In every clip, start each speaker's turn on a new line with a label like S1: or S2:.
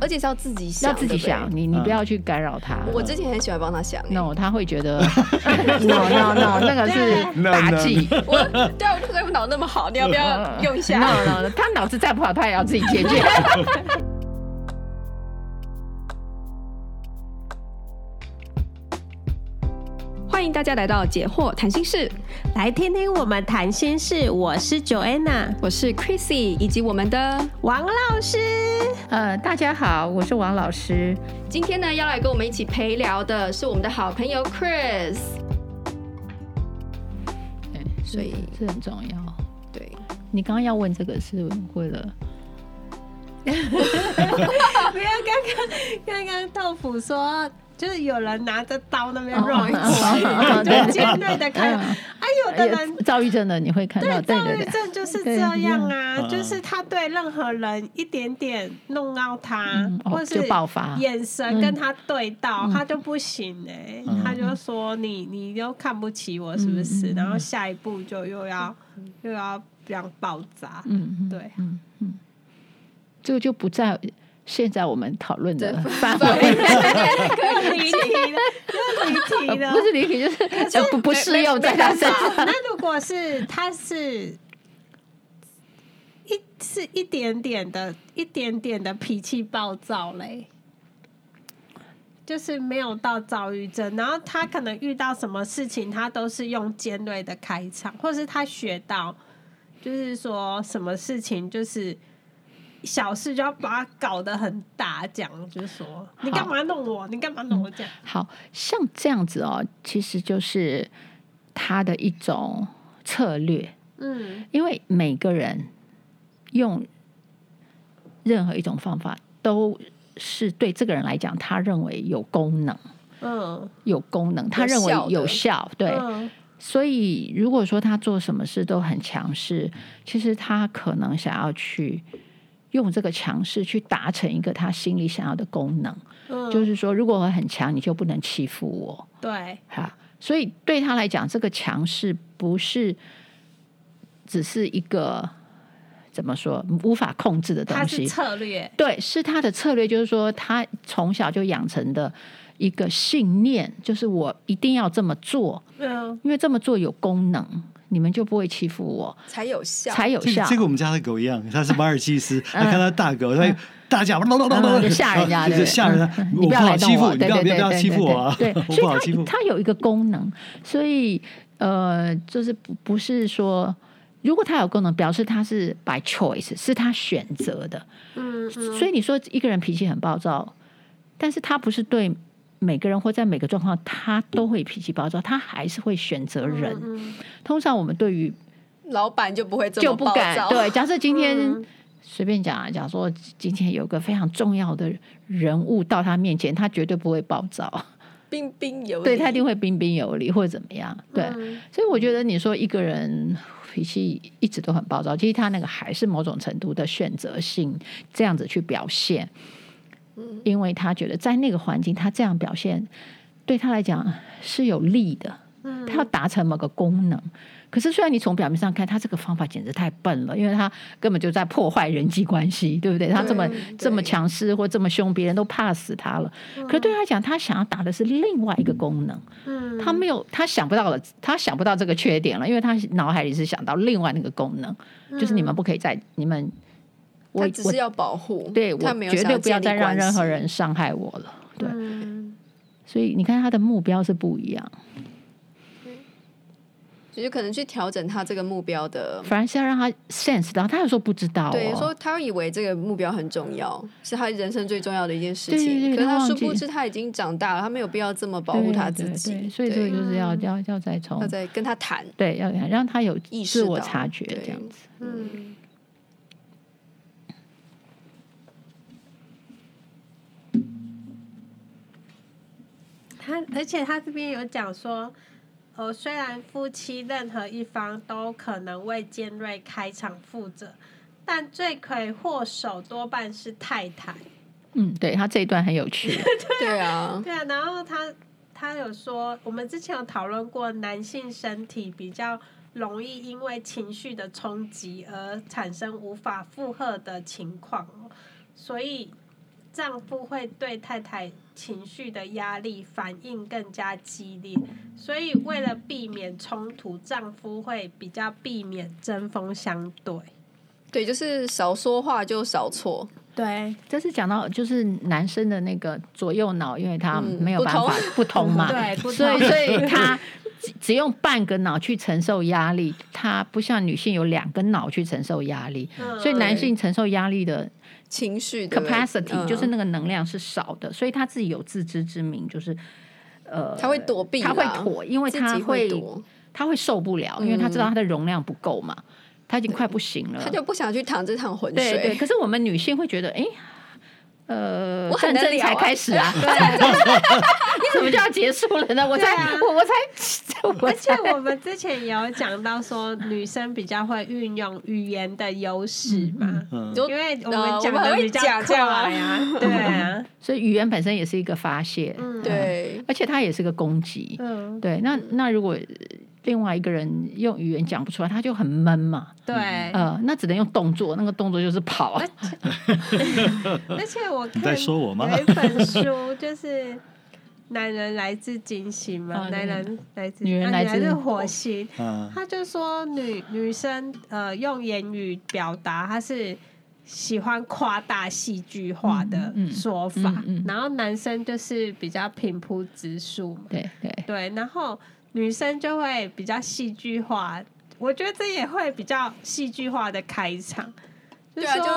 S1: 而且是要自己想，
S2: 要自己
S1: 对不对
S2: 想，。你你不要去干扰他。嗯
S1: 我之前很喜欢帮他想、欸
S2: no，他会觉得 no no no，那个是
S3: No,
S2: 打
S3: no,
S2: 击。
S1: 我 对啊我就说我脑那么好，你要不要用一下？
S2: no no，no，他脑子再不好，他也要自己解决。嗯
S1: 欢迎大家来到解惑谈心室，
S4: 来听听我们谈心事。我是 Joanna
S1: 我是 Chrissy，以及我们的
S4: 王老师，
S2: 呃，大家好，我是王老师。
S1: 今天呢要来跟我们一起陪聊的是我们的好朋友 Chris。
S2: 对，
S1: 所以
S2: 这很重要。
S1: 对，
S2: 你刚刚要问这个是为了
S4: 不要刚刚刚刚豆腐说，就是有人拿着刀那边乱
S2: 哦哦哦
S4: 切，就尖锐的看。
S2: 嗯
S4: 啊，有的人
S2: 躁郁症的你会看到，
S4: 对
S2: 对
S4: 躁
S2: 对
S4: 郁
S2: 对，
S4: 症就是这样
S3: 对
S4: 啊，
S3: 嗯
S4: 就是他对任何人一点点弄到他
S2: 嗯，哦
S4: 啊或是
S2: 就爆发
S4: 眼神跟他对到，
S2: 嗯
S4: 他就不行哎
S3: 嗯，
S4: 他就说你你又看不起我是不
S2: 嗯嗯
S4: 是？
S2: 嗯
S4: 然后下一步就又要又要这样爆炸，
S2: 嗯，嗯
S4: 对，
S2: 嗯嗯，这个就不在现在我们讨论的
S1: 对
S2: 范围。
S4: 又离题了，又离题
S2: 呃
S4: 了
S2: 不。是离题，就是呃不不适用在他身上。
S4: 那如果是他是一是一点点的、一点点的脾气暴躁嘞，就是没有到躁郁症。然后他可能遇到什么事情，他都是用尖锐的开场，或是他学到，就是说什么事情就是。小事就要把它搞得很大，这样就是说，你干嘛弄我？你干嘛弄我？这样，
S2: 好像这样子哦，其实就是他的一种策略，
S4: 嗯
S2: 因为每个人用任何一种方法都是对这个人来讲，他认为有功能，
S4: 嗯，
S2: 有功能，他认为
S1: 效的
S2: 有效，对。
S4: 嗯
S2: 所以，如果说他做什么事都很强势，其实他可能想要去用这个强势去达成一个他心里想要的功能，
S4: 嗯，
S2: 就是说，如果我很强，你就不能欺负我
S4: 对，
S2: 哈。所以对他来讲，这个强势不是只是一个怎么说无法控制的
S4: 他
S2: 东
S4: 是
S2: 西，
S4: 策略，
S2: 对，是他的策略，就是说他从小就养成的一个信念，就是我一定要这么做。
S4: 嗯，
S2: 因为这么做有功能，你们就不会欺负我，
S1: 才有效，
S2: 才有
S3: 这个
S2: 效。
S3: 这个我们家的狗一样，它是马尔 济斯，它看到大狗，它大叫，咚咚咚咚
S2: 嗯就吓 人家
S3: 啊就
S2: 对
S3: 就 吓
S2: 嗯
S3: 人家
S2: 嗯，你
S3: 我
S2: 不
S3: 不
S2: 要来
S3: 好
S2: 动
S3: 欺
S2: 我，
S3: 负，你
S2: 对
S3: 不要
S2: 对
S3: 不
S2: 对
S3: 要不要
S2: 对
S3: 欺负我啊，
S2: 对，对
S3: 我不好
S2: 所
S3: 欺
S2: 以
S3: 负
S2: 它。它有一个功能，所以呃，就是不不是说。如果它有功能，表示它是 by choice，是他选择的。
S4: 嗯，
S2: 所以你说一个人脾气很暴躁，但是他不是对每个人或在每个状况他都会脾气暴躁，他还是会选择人。
S4: 嗯
S2: 通常我们对于
S1: 老板就不会这
S2: 就
S1: 么
S2: 不
S1: 暴
S2: 敢
S1: 躁，
S2: 对。假设今天、
S4: 嗯
S2: 随便讲啊，假如说今天有个非常重要的人物到他面前，他绝对不会暴躁，
S1: 彬彬有礼，
S2: 对他一定会彬彬有礼或者怎么样。对，
S4: 嗯
S2: 所以我觉得你说一个人脾气一直都很暴躁，其实他那个还是某种程度的选择性这样子去表现，因为他觉得在那个环境他这样表现对他来讲是有利的。
S4: 嗯
S2: 他要达成某个功能。可是虽然你从表面上看，他这个方法简直太笨了，因为他根本就在破坏人际关系，对不对？他这么
S1: 对
S2: 这么强势或这么凶，别人都怕死他了。可是对他来讲，他想要达的是另外一个功能，
S4: 嗯
S2: 他没有他想不到了，他想不到这个缺点了，因为他脑海里是想到另外那个功能，就是你们不可以再你们
S1: 嗯
S2: 我
S1: 他只
S2: 我
S1: 是要保护，
S2: 对
S1: 他
S2: 我
S1: 没有
S2: 绝
S1: 想
S2: 对不要
S1: 建
S2: 再
S1: 立
S2: 让
S1: 关
S2: 任何
S1: 系
S2: 人伤害我了。对，
S4: 嗯
S2: 所以你看他的目标是不一样。
S1: 就是可能去调整他这个目标的。
S2: 反而是要让他 sense 到，他有时候不知道、哦，
S1: 对，说他以为这个目标很重要，是他人生最重要的一件事情。
S2: 对对对
S1: 可是
S2: 他
S1: 他
S2: 忘
S1: 殊
S2: 记
S1: 不知他已经长大了，他没有必要这么保护
S2: 对
S1: 他
S2: 对
S1: 自己。
S2: 对所以这
S1: 对嗯
S2: 个就是要要要再从
S1: 要再跟他谈，
S2: 对要让他有
S1: 意
S2: 自
S1: 识
S2: 我
S1: 到
S2: 察觉
S1: 对
S2: 这样子。
S4: 嗯他而且他这边有讲说，呃，虽然夫妻任何一方都可能为尖锐开场负责，但罪魁祸首多半是太太。
S2: 嗯，对他这一段很有趣，
S1: 对啊，
S4: 对啊，然后他他有说，我们之前有讨论过，男性身体比较容易因为情绪的冲击而产生无法负荷的情况哦，所以丈夫会对太太情绪的压力反应更加激烈，所以为了避免冲突，丈夫会比较避免针锋相对。
S1: 对，就是少说话就少错，
S4: 对，
S2: 这是讲到就是男生的那个左右脑，因为他
S1: 嗯
S2: 没有办法不 同嘛，
S4: 对不同
S2: 所以所以他 只只用半个脑去承受压力，他不像女性有两个脑去承受压力，
S4: 嗯
S2: 所以男性承受压力的
S1: 情绪对不对
S2: capacity、
S1: 嗯
S2: 就是那个能量是少的，所以他自己有自知之明，就是呃，
S1: 他会躲避啦，
S2: 他会躲，因为
S1: 自
S2: 他
S1: 己
S2: 会
S1: 躲，嗯
S2: 他会受不了，因为他知道他的容量不够嘛，他已经快不行了，
S1: 他就不想去淌这趟浑
S2: 对对，
S1: 水。
S2: 可是我们女性会觉得，哎，呃
S1: 我，很
S2: 战
S1: 能
S2: 争
S1: 聊啊
S2: 才开始 啊，你怎么就要结束了呢？我才
S4: 对啊
S2: 我我才我
S4: 而且
S2: 才
S4: 我们之前也有讲到说，女生比较会运用语言的优势嘛，
S3: 嗯，
S2: 哦
S1: 就
S4: 因为我
S1: 呃
S4: 们讲
S1: 我们
S4: 的
S1: 会
S4: 比较
S1: 讲这
S4: 快
S1: 样啊
S4: 啊， 对啊，
S2: 所以语言本身也是一个发泄，
S4: 嗯
S1: 对，
S2: 而且它也是个攻击。
S4: 嗯，
S2: 对，那那如果呃另外一个人用语言讲不出来，他就很闷嘛，
S4: 对，
S2: 呃，那只能用动作，那个动作就是跑啊
S4: 而。且
S2: 嗯
S4: 而且我看
S3: 你在说我吗
S4: 有一本书就是《男人来自金星》嘛，
S2: 啊对
S4: 男人来自
S2: 女人
S4: 啊
S2: 来自
S4: 自火星。
S3: 嗯，
S4: 他就说女女生呃用言语表达，她是喜欢夸大戏剧化的
S2: 嗯嗯
S4: 说法，
S2: 嗯嗯
S4: 然后男生就是比较平铺直述嘛。
S2: 对对，
S4: 对，然后女生就会比较戏剧化，我觉得这也会比较戏剧化的开场，就
S1: 对
S4: 是
S1: 啊
S4: 说
S1: 就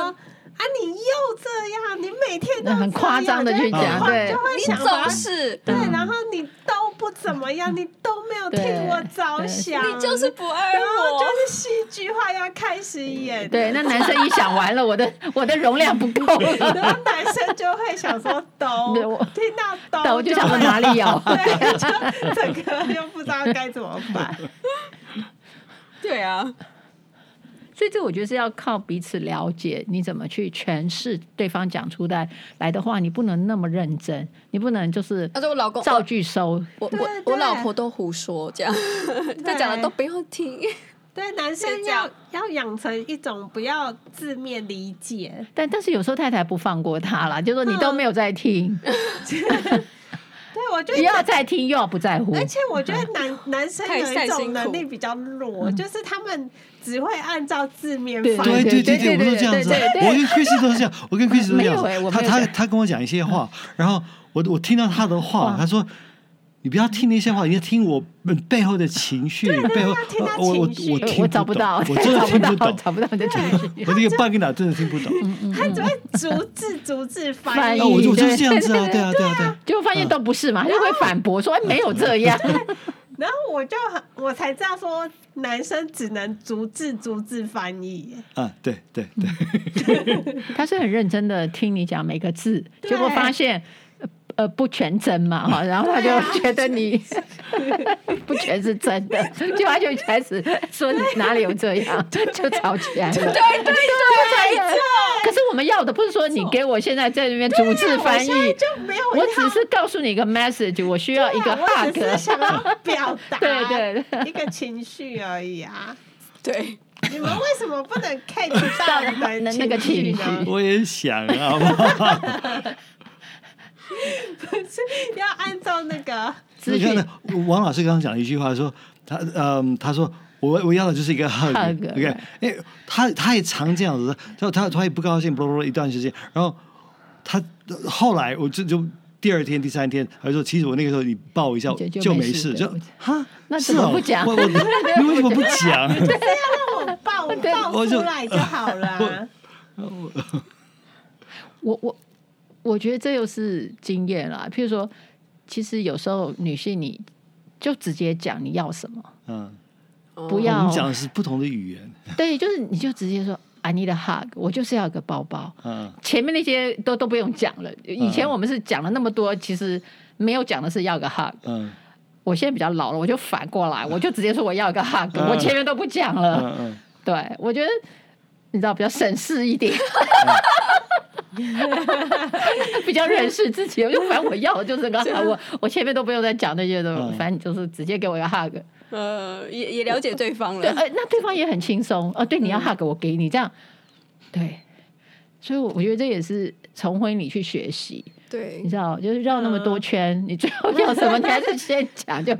S4: 啊你又这样，你每天都
S2: 那很
S4: 这
S2: 夸张地
S4: 样
S2: 去
S4: 就会
S2: 讲
S4: 夸
S2: 对
S4: 就会
S1: 你啊
S4: 想把
S1: 总是，
S4: 对，
S2: 嗯
S4: 然后你都不怎么样，你都没有替
S2: 对
S4: 我着
S2: 对
S4: 想，
S1: 你就是不爱
S2: 啊
S4: 然后
S1: 我
S4: 就。是戏剧化要开始演，
S2: 对，那男生一想完了，我的 我的容量不够 了，
S4: 然后男生就会想说 抖
S2: 对我，
S4: 听到
S2: 但
S4: 抖
S2: 我就
S4: 会
S2: 想问哪里有啊。
S4: 对，就整个又不知道该怎么办。
S1: 对啊，
S2: 所以这我觉得是要靠彼此了解，你怎么去诠释对方讲出来来的话，你不能那么认真，你不能就是
S1: 他说哦我老公，
S2: 照句收。
S1: 我
S4: 对
S1: 我
S4: 对
S1: 我老婆都胡说，这样他讲的都不要听。
S4: 对，男生
S1: 睡
S4: 要
S1: 觉
S4: 要养成一种不要字面理解，
S2: 但但是有时候太太不放过他啦，就说你都没有在听，
S4: 对我觉
S2: 只要嗯
S4: 得。
S2: 在听又要不在乎。
S4: 而且我觉得男男生
S1: 太
S4: 有一
S1: 太辛
S4: 种
S1: 苦
S4: 能力比较弱，就是他们只会按照字面
S2: 对
S4: 翻
S3: 对
S4: 译。
S2: 对对
S3: 对对，我们都
S2: 对
S3: 这样子啊
S2: 对对，对
S3: 我跟 Chris 都是 这样，我跟 Chris 都是这
S2: 没
S3: 样
S2: 有欸嗯我
S3: 子。
S2: 没有
S3: 他他
S2: 讲
S3: 他跟我讲一些话，然后我我听到他的话
S2: 话，
S3: 他说。你不要听那些话，你要听我背后的 情绪，背后
S4: 要听他
S3: 呃我我
S4: 情绪
S3: 我
S2: 呃
S3: 听
S2: 我找不
S3: 懂
S2: 到，
S3: 我真的
S2: 找不
S3: 听
S2: 到，
S3: 懂，
S2: 找不到你的情 绪。
S3: 我这个半个脑真的听不 懂。
S4: 他只会逐字逐字翻
S2: 翻
S4: 译。
S3: 啊，我
S2: 译
S3: 就我就
S2: 对
S3: 是这样子 啊，对啊，对啊，对啊。
S2: 结果发现都不是嘛，他就会反驳说：“哎，没有这 样。
S4: 然后我就很我才知道说，男生只能逐字逐字翻译。
S3: 啊，对对对，”
S2: 他是很认真的听你讲每个字，
S4: 对啊
S2: 结果发现呃呃不全真嘛哈，然后他就觉得你 不全是真的，结果他就开始说你哪里有这样，就吵起来了。
S1: 对对对，
S2: 可是我们要的不是说你给我现在在那边逐字翻
S4: 啊我
S2: 译
S4: 现在，就没有
S2: 我
S4: 要
S2: 只是告诉你一个 message，我需要一个
S4: 对啊我只是
S2: hug。
S4: 想要表达
S2: 对对对
S4: 一个情绪而已啊。
S1: 对，
S4: 你们为什么不能 catch 到你的
S2: 那个
S4: 情
S2: 情
S4: 绪 呢？
S2: 绪
S3: 我也想啊，好不 好？
S4: 要按照那个
S2: 资
S3: 你看
S2: 讯
S3: 呢王老师刚刚讲了一句话说，他嗯，他说我我要的就是一个 hug，
S2: Hug，嗯
S3: 你看，哎，他他也常这样子，他他他也不高兴，啵啵啵一段时间，然后他后来我就就。第二天、第三天，他说：“其实我那个时候你抱我一下
S2: 就就
S3: 就
S2: 没
S3: 没
S2: 事
S3: 事，
S2: 的
S3: 就
S2: 我
S3: 哈，
S2: 那
S3: 是
S2: 怎么
S3: 哦
S2: 不讲
S3: 我 我你为什么不讲？
S4: 让我哦爆
S2: 对
S4: 爆
S3: 我就
S4: 出来就好了啊。
S2: 我我我觉得这又是经验啦。譬如说，其实有时候女性你就直接讲你要什么，
S3: 嗯，
S2: 不
S1: 哦
S3: 我
S2: 要
S3: 们讲的是不同的语言。
S2: 对，就是你就直接说 I need a hug，我就是要一个抱抱。
S3: 嗯，
S2: 前面那些都都不用讲了。以前我们是讲了那么多，其实没有讲的是要个 hug。
S3: 嗯
S2: 我现在比较老了，我就反过来，我就直接说我要一个 hug，、
S3: 嗯
S2: 我前面都不讲
S3: 嗯
S2: 了。
S3: 嗯
S2: 对，我觉得你知道比较省事 一点，比较认识自己。我就反正我要 的就是个 hug，我我前面都不用再讲那些东西，
S3: 嗯
S2: 反正你就是直接给我一个 hug。
S1: 呃，也也了解对方
S2: 对，
S1: 了。嗯
S2: 呃，那对方也很轻松哦。对，你要 hug 我给你，这样对。所以我我觉得这也是从婚礼去学习，
S1: 对
S2: 你 知道，就是绕那么多
S4: 嗯
S2: 圈，你最后要什么，你还是先 讲就。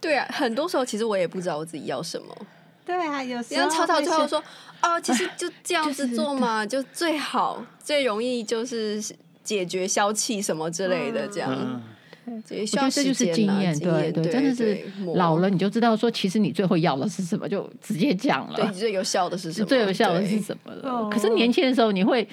S1: 对啊，很多时候其实我也不知道我自己要什么，
S4: 对啊，有时
S1: 你像
S4: 候
S1: 吵吵
S4: 会
S1: 最后
S4: 是
S1: 说，哦，其实就这样
S2: 就
S1: 子
S2: 是
S1: 做嘛，就最好，最容易就是解决消气什么之类的，这样
S3: 嗯，
S1: 也需
S2: 我觉
S1: 要
S2: 得这
S1: 时
S2: 就是
S1: 间啊，
S2: 验，对
S1: 对，
S2: 真的是
S1: 磨
S2: 老了你就知道说，其实你最后要的是什么，就直接讲
S1: 对，
S2: 了，
S1: 最有效的是什么？
S2: 最有效的是
S1: 对
S2: 什么了
S4: 哦。
S2: 可是年轻的时候，你会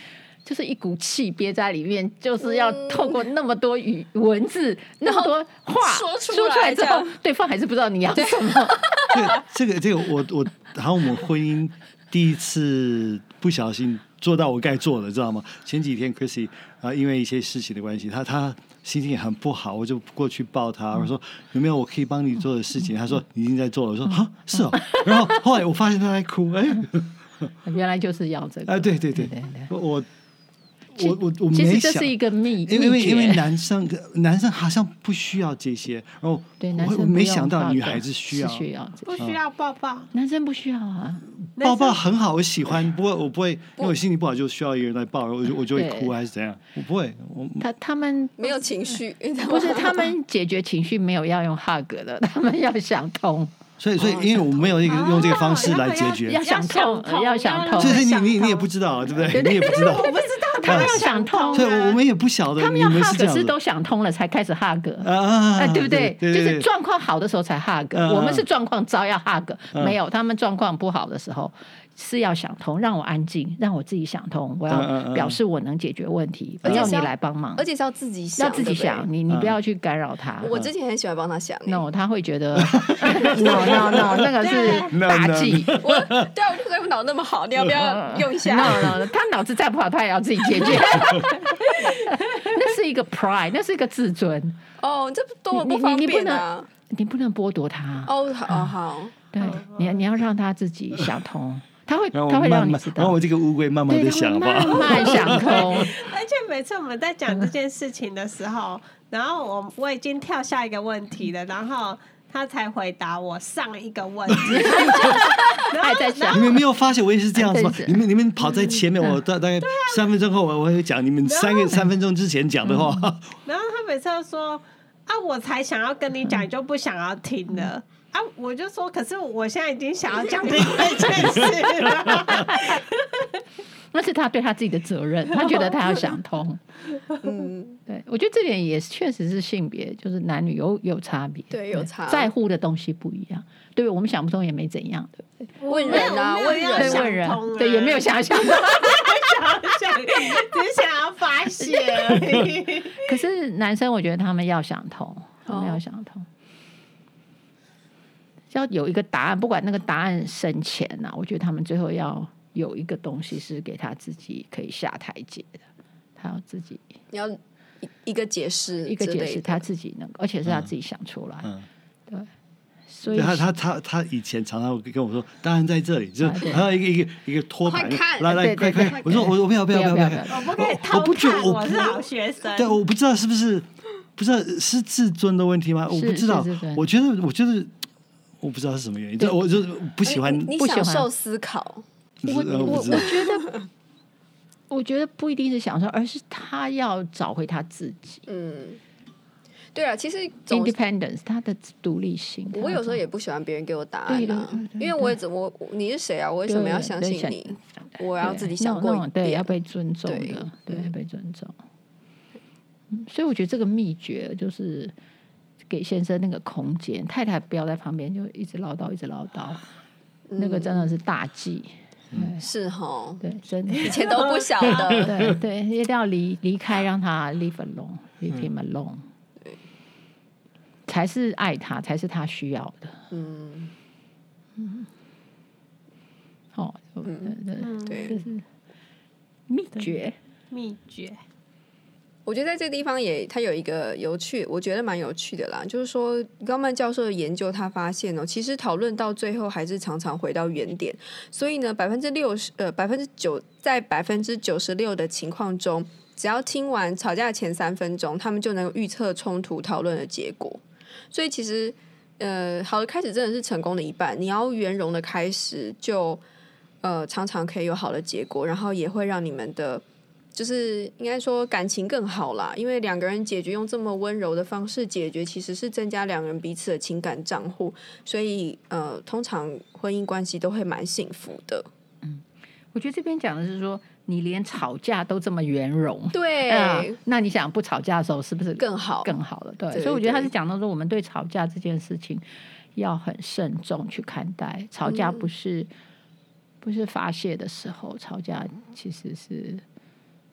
S2: 就是一股气憋在里面，就是要
S1: 嗯
S2: 透过那么多语文字、那么多话
S1: 说出
S2: 出
S1: 来
S2: 来之后
S1: 这样，
S2: 对方还是不知道你要什么。
S3: 这个这个，我我然后我们婚姻第一次不小心做到我该做的，知道吗？前几天 Chrissy 啊、因为一些事情的关系，她她心情很不好，我就过去抱她，我说
S2: 嗯
S3: 有没有我可以帮你做的事情？她说已经在做了，我说啊是哦，然后后来我发现她在哭，哎
S2: 原来就是要这个
S3: 啊对对对
S2: 对对，
S3: 我我
S2: 其
S3: 我我我
S2: 其
S3: 没
S2: 实这
S3: 想
S2: 是。一个秘
S3: 因为因为
S2: 秘诀
S3: 因为男生男生好像不需要这些，然后
S2: 对男
S3: 我
S2: 生
S3: 我
S2: 不
S3: 没
S2: 用
S3: 想
S2: 抱
S3: 到女
S2: 着
S3: 孩子需要
S2: 是需要这
S4: 不需要抱抱，
S2: 男生不需要啊，
S3: 抱抱
S4: 男生
S3: 很好，我喜 欢，不过我不会，因为我心情不好就需要一个人来抱，我就我就会
S2: 对
S3: 哭还是怎样，我不会，我
S2: 他他 们
S1: 没有情绪，
S2: 不是他们解决情绪没有要用 hug 的，他们要想通。
S3: 所以所以
S1: 哦
S3: 因为我没有一个
S4: 哦
S3: 用这个方式来解决
S2: 要，想通呃要想通
S3: 所以你
S4: 想
S3: 你你也
S4: 通
S3: 不知道，对不对？你也不知道，
S4: 我不知道
S2: 他
S4: 他
S2: 们
S4: 们
S2: 要想通啊
S3: 所以我们也不晓得
S2: 他们
S3: 你
S2: 要
S3: 们是这
S2: hug
S3: 样
S2: 是
S3: 子
S2: 都想通了才开始 hug，
S3: 啊啊，
S2: 哎，
S3: 啊
S2: 对不对？
S3: 对
S2: 就
S3: 对，
S2: 是状况好的时候才 hug，
S3: 嗯嗯
S2: 我们是状况糟要 hug，
S3: 嗯
S2: 没有，他们状况不好的时候是要想通，让我安静，让我自己想通，我
S3: 嗯嗯
S2: 要
S3: 嗯
S2: 表示我能解决问题，不
S1: 而且
S2: 要
S1: 是
S2: 你
S1: 要
S2: 来帮忙
S1: 而，且是要自己想，
S2: 要自己
S1: 对不对
S2: 想，。嗯你你不要去干扰他。
S1: 我之前很喜欢帮他想，欸
S2: no，他会觉得 no no no，那个是
S3: No,
S2: 打
S3: no,
S2: 击。
S1: 我对啊，我就在脑那么好，你要不
S2: 嗯
S1: 要 用一下？
S2: no no，他脑子再不好，他也要自己解决。 那是一个 pride，那是一个自尊，
S1: 哦，这多么
S2: 你
S1: 不
S2: 你
S1: 方
S2: 你不
S1: 便啊！
S2: 你不能剥夺他。
S1: 哦，好哦好，
S2: 对，你你要让他自己想通，他会
S3: 然后
S2: 他
S3: 我
S2: 会让
S3: 慢
S2: 你
S3: 慢
S2: 知，
S3: 然
S2: 道
S3: 后我，这个乌龟慢慢
S2: 对，
S3: 的
S2: 他
S3: 想
S2: 会慢
S3: 吧，
S2: 慢 想通。
S4: 而且每次我们在讲这件事情的时候，然后我我已经跳下一个问题了，然后他才回答我上一个 问题， 然
S2: 还
S4: 后
S2: 在想
S3: 你们没有发现我也是这样子吗
S2: 对？是嗯
S3: 你们你们跑在前面，我大大概三分钟后我我会讲你们三个三分钟之前讲的话，
S2: 嗯
S4: 然后他每次都说啊，我才想要跟你讲，你就不想要听了。啊！我就说，可是我现在已经想要讲另外一件事了。
S2: 那是他对他自己的责任，他觉得他要想通。
S1: 嗯，
S2: 对我觉得这点也确实是性别，就是男女有有差别，
S1: 对有差
S2: 在乎的东西不一样。对，我们想不通也没怎样，对不对
S1: 问人啊，
S4: 我
S1: 问
S4: 没有
S1: 人
S2: 对，
S4: 想
S2: 问人
S4: 通啊
S2: 对也没有想要想通。
S4: 想只想要发泄而 已。
S2: 可是男生，我觉得他们要想通，他们要
S1: 哦
S2: 想通，要有一个答案，不管那个答案深浅呐、我觉得他们最后要有一个东西是给他自己可以下台阶的，他要自己
S1: 你要一一个解释，
S2: 一个解释，他，自己能够，而且是他自己想出来，
S3: 嗯
S2: 对，所以
S3: 对他他他他以前常常跟我说，答案在这里，就
S2: 啊
S3: 是
S2: 对
S3: 还有一个一个一个托盘
S1: 快看，
S3: 来来
S2: 对
S3: 快
S2: 对对，
S3: 快我说我我不要不
S2: 不
S3: 要
S2: 要
S3: 哦不要
S2: 不要
S4: 我不可以
S3: 我
S4: 偷
S3: 我不觉
S4: 看，
S3: 我
S4: 我是
S3: 不
S4: 好学生。
S3: 对，我不知道是不是不知道是自尊的问题吗？我不
S2: 是
S3: 知道
S2: 是自尊，
S3: 我觉得我觉得我不知道是什么原因，
S2: 对
S3: 就我就是不喜欢，
S1: 你
S2: 不
S1: 你
S2: 喜欢
S1: 享受思考，
S3: 不
S2: 我
S3: 是呃
S2: 我
S3: 不
S2: 我
S3: 知道，
S2: 觉得，我觉得不一定是享受，而是他要找回他自己
S1: 嗯，对啊，其实总
S2: independence，他的独立性。
S1: 我有时候
S2: 也
S1: 也不喜欢别人给我答案啊
S2: 对对对，对
S1: 因为我也怎么我你是谁啊？我为什么要相信你？我要自己想
S2: 那
S1: 过
S2: 种
S1: 一
S2: 对，要
S1: 遍。
S2: 被尊重
S1: 对
S2: 的，对，要被尊重。嗯所以我觉得这个秘诀就是给先生那个空间，太太不要在旁边就一直唠叨，一直唠叨，
S1: 嗯
S2: 那个真的是大忌。
S1: 是哈，
S2: 对，真的是
S1: 以前都不晓 得，
S2: 对对，一定要离离开，让他 leave alone，leave him alone，、才是爱他，才是他需要的。嗯
S1: 嗯，
S2: 哦，嗯、对对，
S1: 对，
S2: 秘诀
S4: 秘诀，
S1: 我觉得在这个地方也，它有一个有趣，我觉得蛮有趣的啦。就是说，高曼教授的研究他发现哦，其实讨论到最后还是常常回到原点。所以呢，百分之六十呃百分之九，在百分之九十六的情况中，只要听完吵架的前三分钟，他们就能预测冲突讨论的结果。所以其实，呃，好的开始真的是成功的一半。你要圆融的开始就，呃常常可以有好的结果，然后也会让你们的。就是应该说感情更好啦，因为两个人解决用这么温柔的方式解决，其实是增加两人彼此的情感账户，所以呃，通常婚姻关系都会蛮幸福的。
S2: 我觉得这边讲的是说，你连吵架都这么圆融，
S1: 对，
S2: 啊那你想不吵架的时候是不是
S1: 更好，
S2: 更好了？对，
S1: 对
S2: 所以我觉得他
S1: 对
S2: 是讲到说，我们对吵架这件事情要很慎重去看待，吵架不是、不是发泄的时候，吵架其实是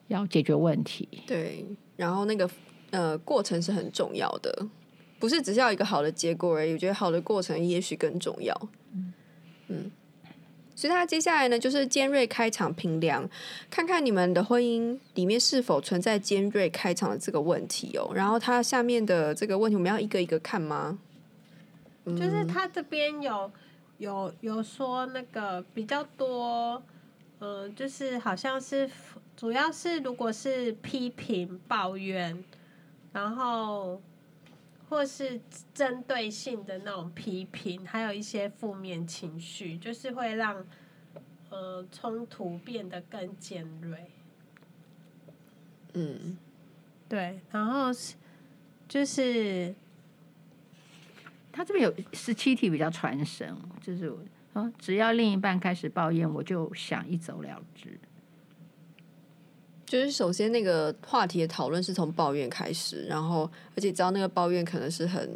S2: 要解决问题。
S1: 对，然后那个呃过程是很重要的，不是只是要一个好的结果而已。我觉得好的过程也许更重要。嗯所以他接下来呢，就是尖锐开场评量，看看你们的婚姻里面是否存在尖锐开场的这个问题哦。然后他下面的这个问题，我们要一个一个看吗？
S4: 就是他这边有有有说那个比较多，呃，就是好像是主要是如果是批评抱怨，然后或是针对性的那种批评，还有一些负面情绪，就是会让呃冲突变得更尖锐。
S1: 嗯，
S4: 对，然后是就是
S2: 他这边有十七题比较传神，就是啊，只要另一半开始抱怨，我就想一走了之。
S1: 就是首先那个话题的讨论是从抱怨开始，然后而且知道那个抱怨可能是很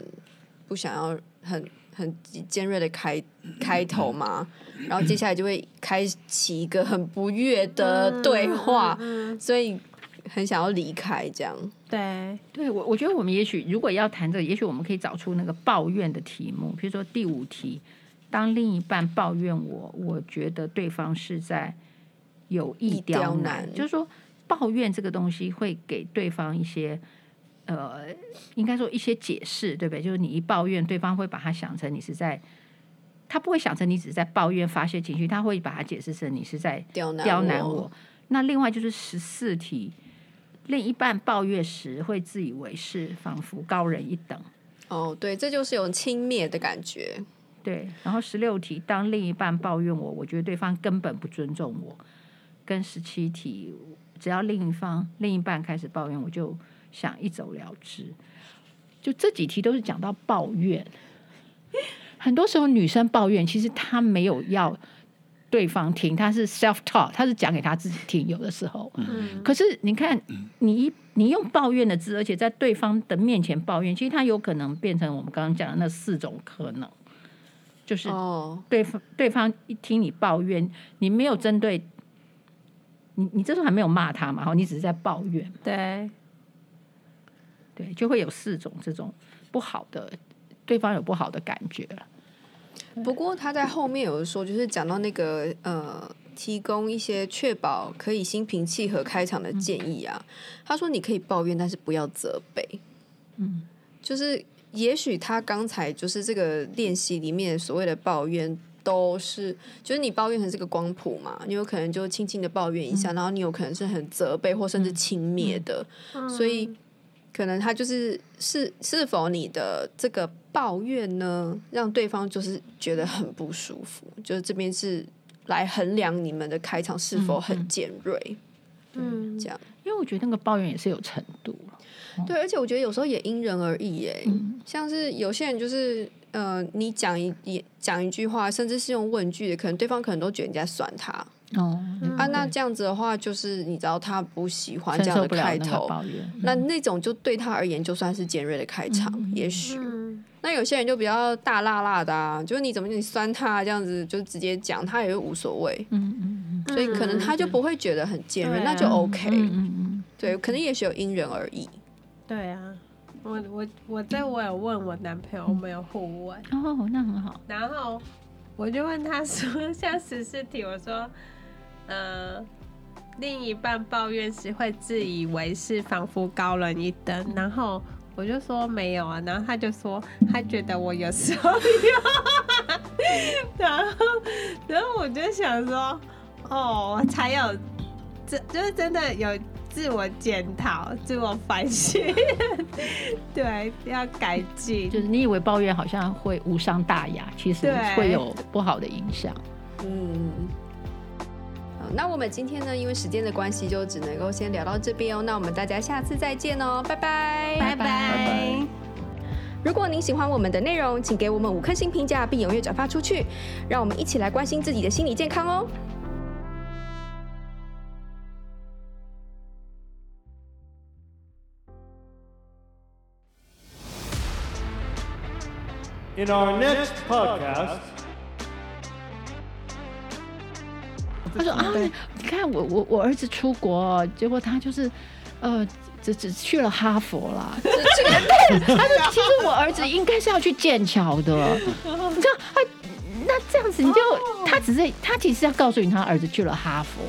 S1: 不想要、很很尖锐的开开头嘛，然后接下来就会开启一个很不悦的对话，
S4: 嗯嗯
S1: 所以很想要离开这样。
S4: 对，
S2: 对我，我觉得我们也许如果要谈这个，也许我们可以找出那个抱怨的题目，比如说第五题，当另一半抱怨我，我觉得对方是在有意
S1: 意刁
S2: 刁
S1: 难
S2: 就是说抱怨这个东西会给对方一些。呃，应该说一些解释，对不对？就是你一抱怨，对方会把它想成你是在，他不会想成你只是在抱怨发泄情绪，他会把它解释成你是在
S1: 刁难
S2: 刁难
S1: 我
S2: 我，。那另外就是十四题，另一半抱怨时会自以为是，仿佛高人一等。
S1: 哦，对，这就是有轻蔑的感觉。
S2: 对，然后十六题，当另一半抱怨我，我觉得对方根本不尊重我。跟十七题，只要另一方另一半开始抱怨，我就想一走了之。就这几题都是讲到抱怨，很多时候女生抱怨，其实她没有要对方听，她是 self talk，她是讲给她自己听。有的时候，
S4: 嗯，
S2: 可是你看，你一你用抱怨的字，而且在对方的面前抱怨，其实他有可能变成我们刚刚讲的那四种可能，就是
S1: 哦，
S2: 对方对方一听你抱怨，你没有针对你，你这时候还没有骂他嘛，哈，你只是在抱怨，
S4: 对，
S2: 对，就会有四种这种不好的，对方有不好的感觉了。
S1: 不过他在后面有说，就是讲到那个呃，提供一些确保可以心平气和开场的建议啊。他说你可以抱怨，但是不要责备。
S2: 嗯，
S1: 就是也许他刚才就是这个练习里面所谓的抱怨。都是，就是你抱怨成这个光谱嘛，你有可能就轻轻的抱怨一下，然后你有可能是很责备或甚至轻蔑的，所
S2: 嗯
S1: 以可能他就是是是否你的这个抱怨呢，让对方就是觉得很不舒服，就是这边是来衡量你们的开场是
S2: 嗯
S1: 否很尖锐，
S4: 嗯
S1: 这样
S2: 因为我觉得那个抱怨也是有程度了。
S1: 对，而且我觉得有时候也因人而异耶，
S2: 嗯
S1: 像是有些人就是呃，你讲一也讲一句话，甚至是用问句的，可能对方可能都觉得你在酸他、
S2: 哦，
S4: 嗯
S1: 啊，那这样子的话，就是你知道他不喜欢
S2: 承
S1: 这样
S2: 受
S1: 的
S2: 不了
S1: 开
S2: 那个
S1: 头。
S2: 抱嗯怨，
S1: 那那种就对他而言就算是尖锐的开场，也许。
S4: 嗯
S1: 那有些人就比较大辣辣的啊，就是你怎么你酸他这样子，就直接讲他也会无所谓，
S2: 嗯嗯嗯
S1: 所以可能他就不会觉得很尖锐，
S4: 对啊
S1: 那就 OK。
S2: 嗯嗯嗯，
S1: 对，可能也许有因人而异。
S4: 对啊，我我我这我有问我男朋友，我们有互问，
S2: 哦，那很好。
S4: 然后我就问他说，像十四题，我说，呃，另一半抱怨时会自以为是，仿佛高人一等，然后。我就说没有啊，然后他就说他觉得我有时候有， 然后然后我就想说，哦，我才有，这就是真的有自我检讨、自我反省， 对，要改进，
S2: 就是你以为抱怨好像会无伤大雅，其实
S4: 对
S2: 会有不好的影响。
S1: 嗯，那我们今天呢，因为时间的关系，就只能够先聊到这边哦。那我们大家下次再见哦，拜拜。
S4: 拜拜
S3: 拜。
S1: 如果您喜欢我们的内容，请给我们五颗星评价，并踊跃转发出去，让我们一起来关心自己的心理健康 哦。
S5: In our next podcast,
S2: 他说啊，你看我我我儿子出国哦，结果他就是，呃，只只去了哈佛啦。这这个对，他说其实我儿子应该是要去剑桥的，你知道啊？那这样子你就、他只是他其实要告诉你他儿子去了哈佛，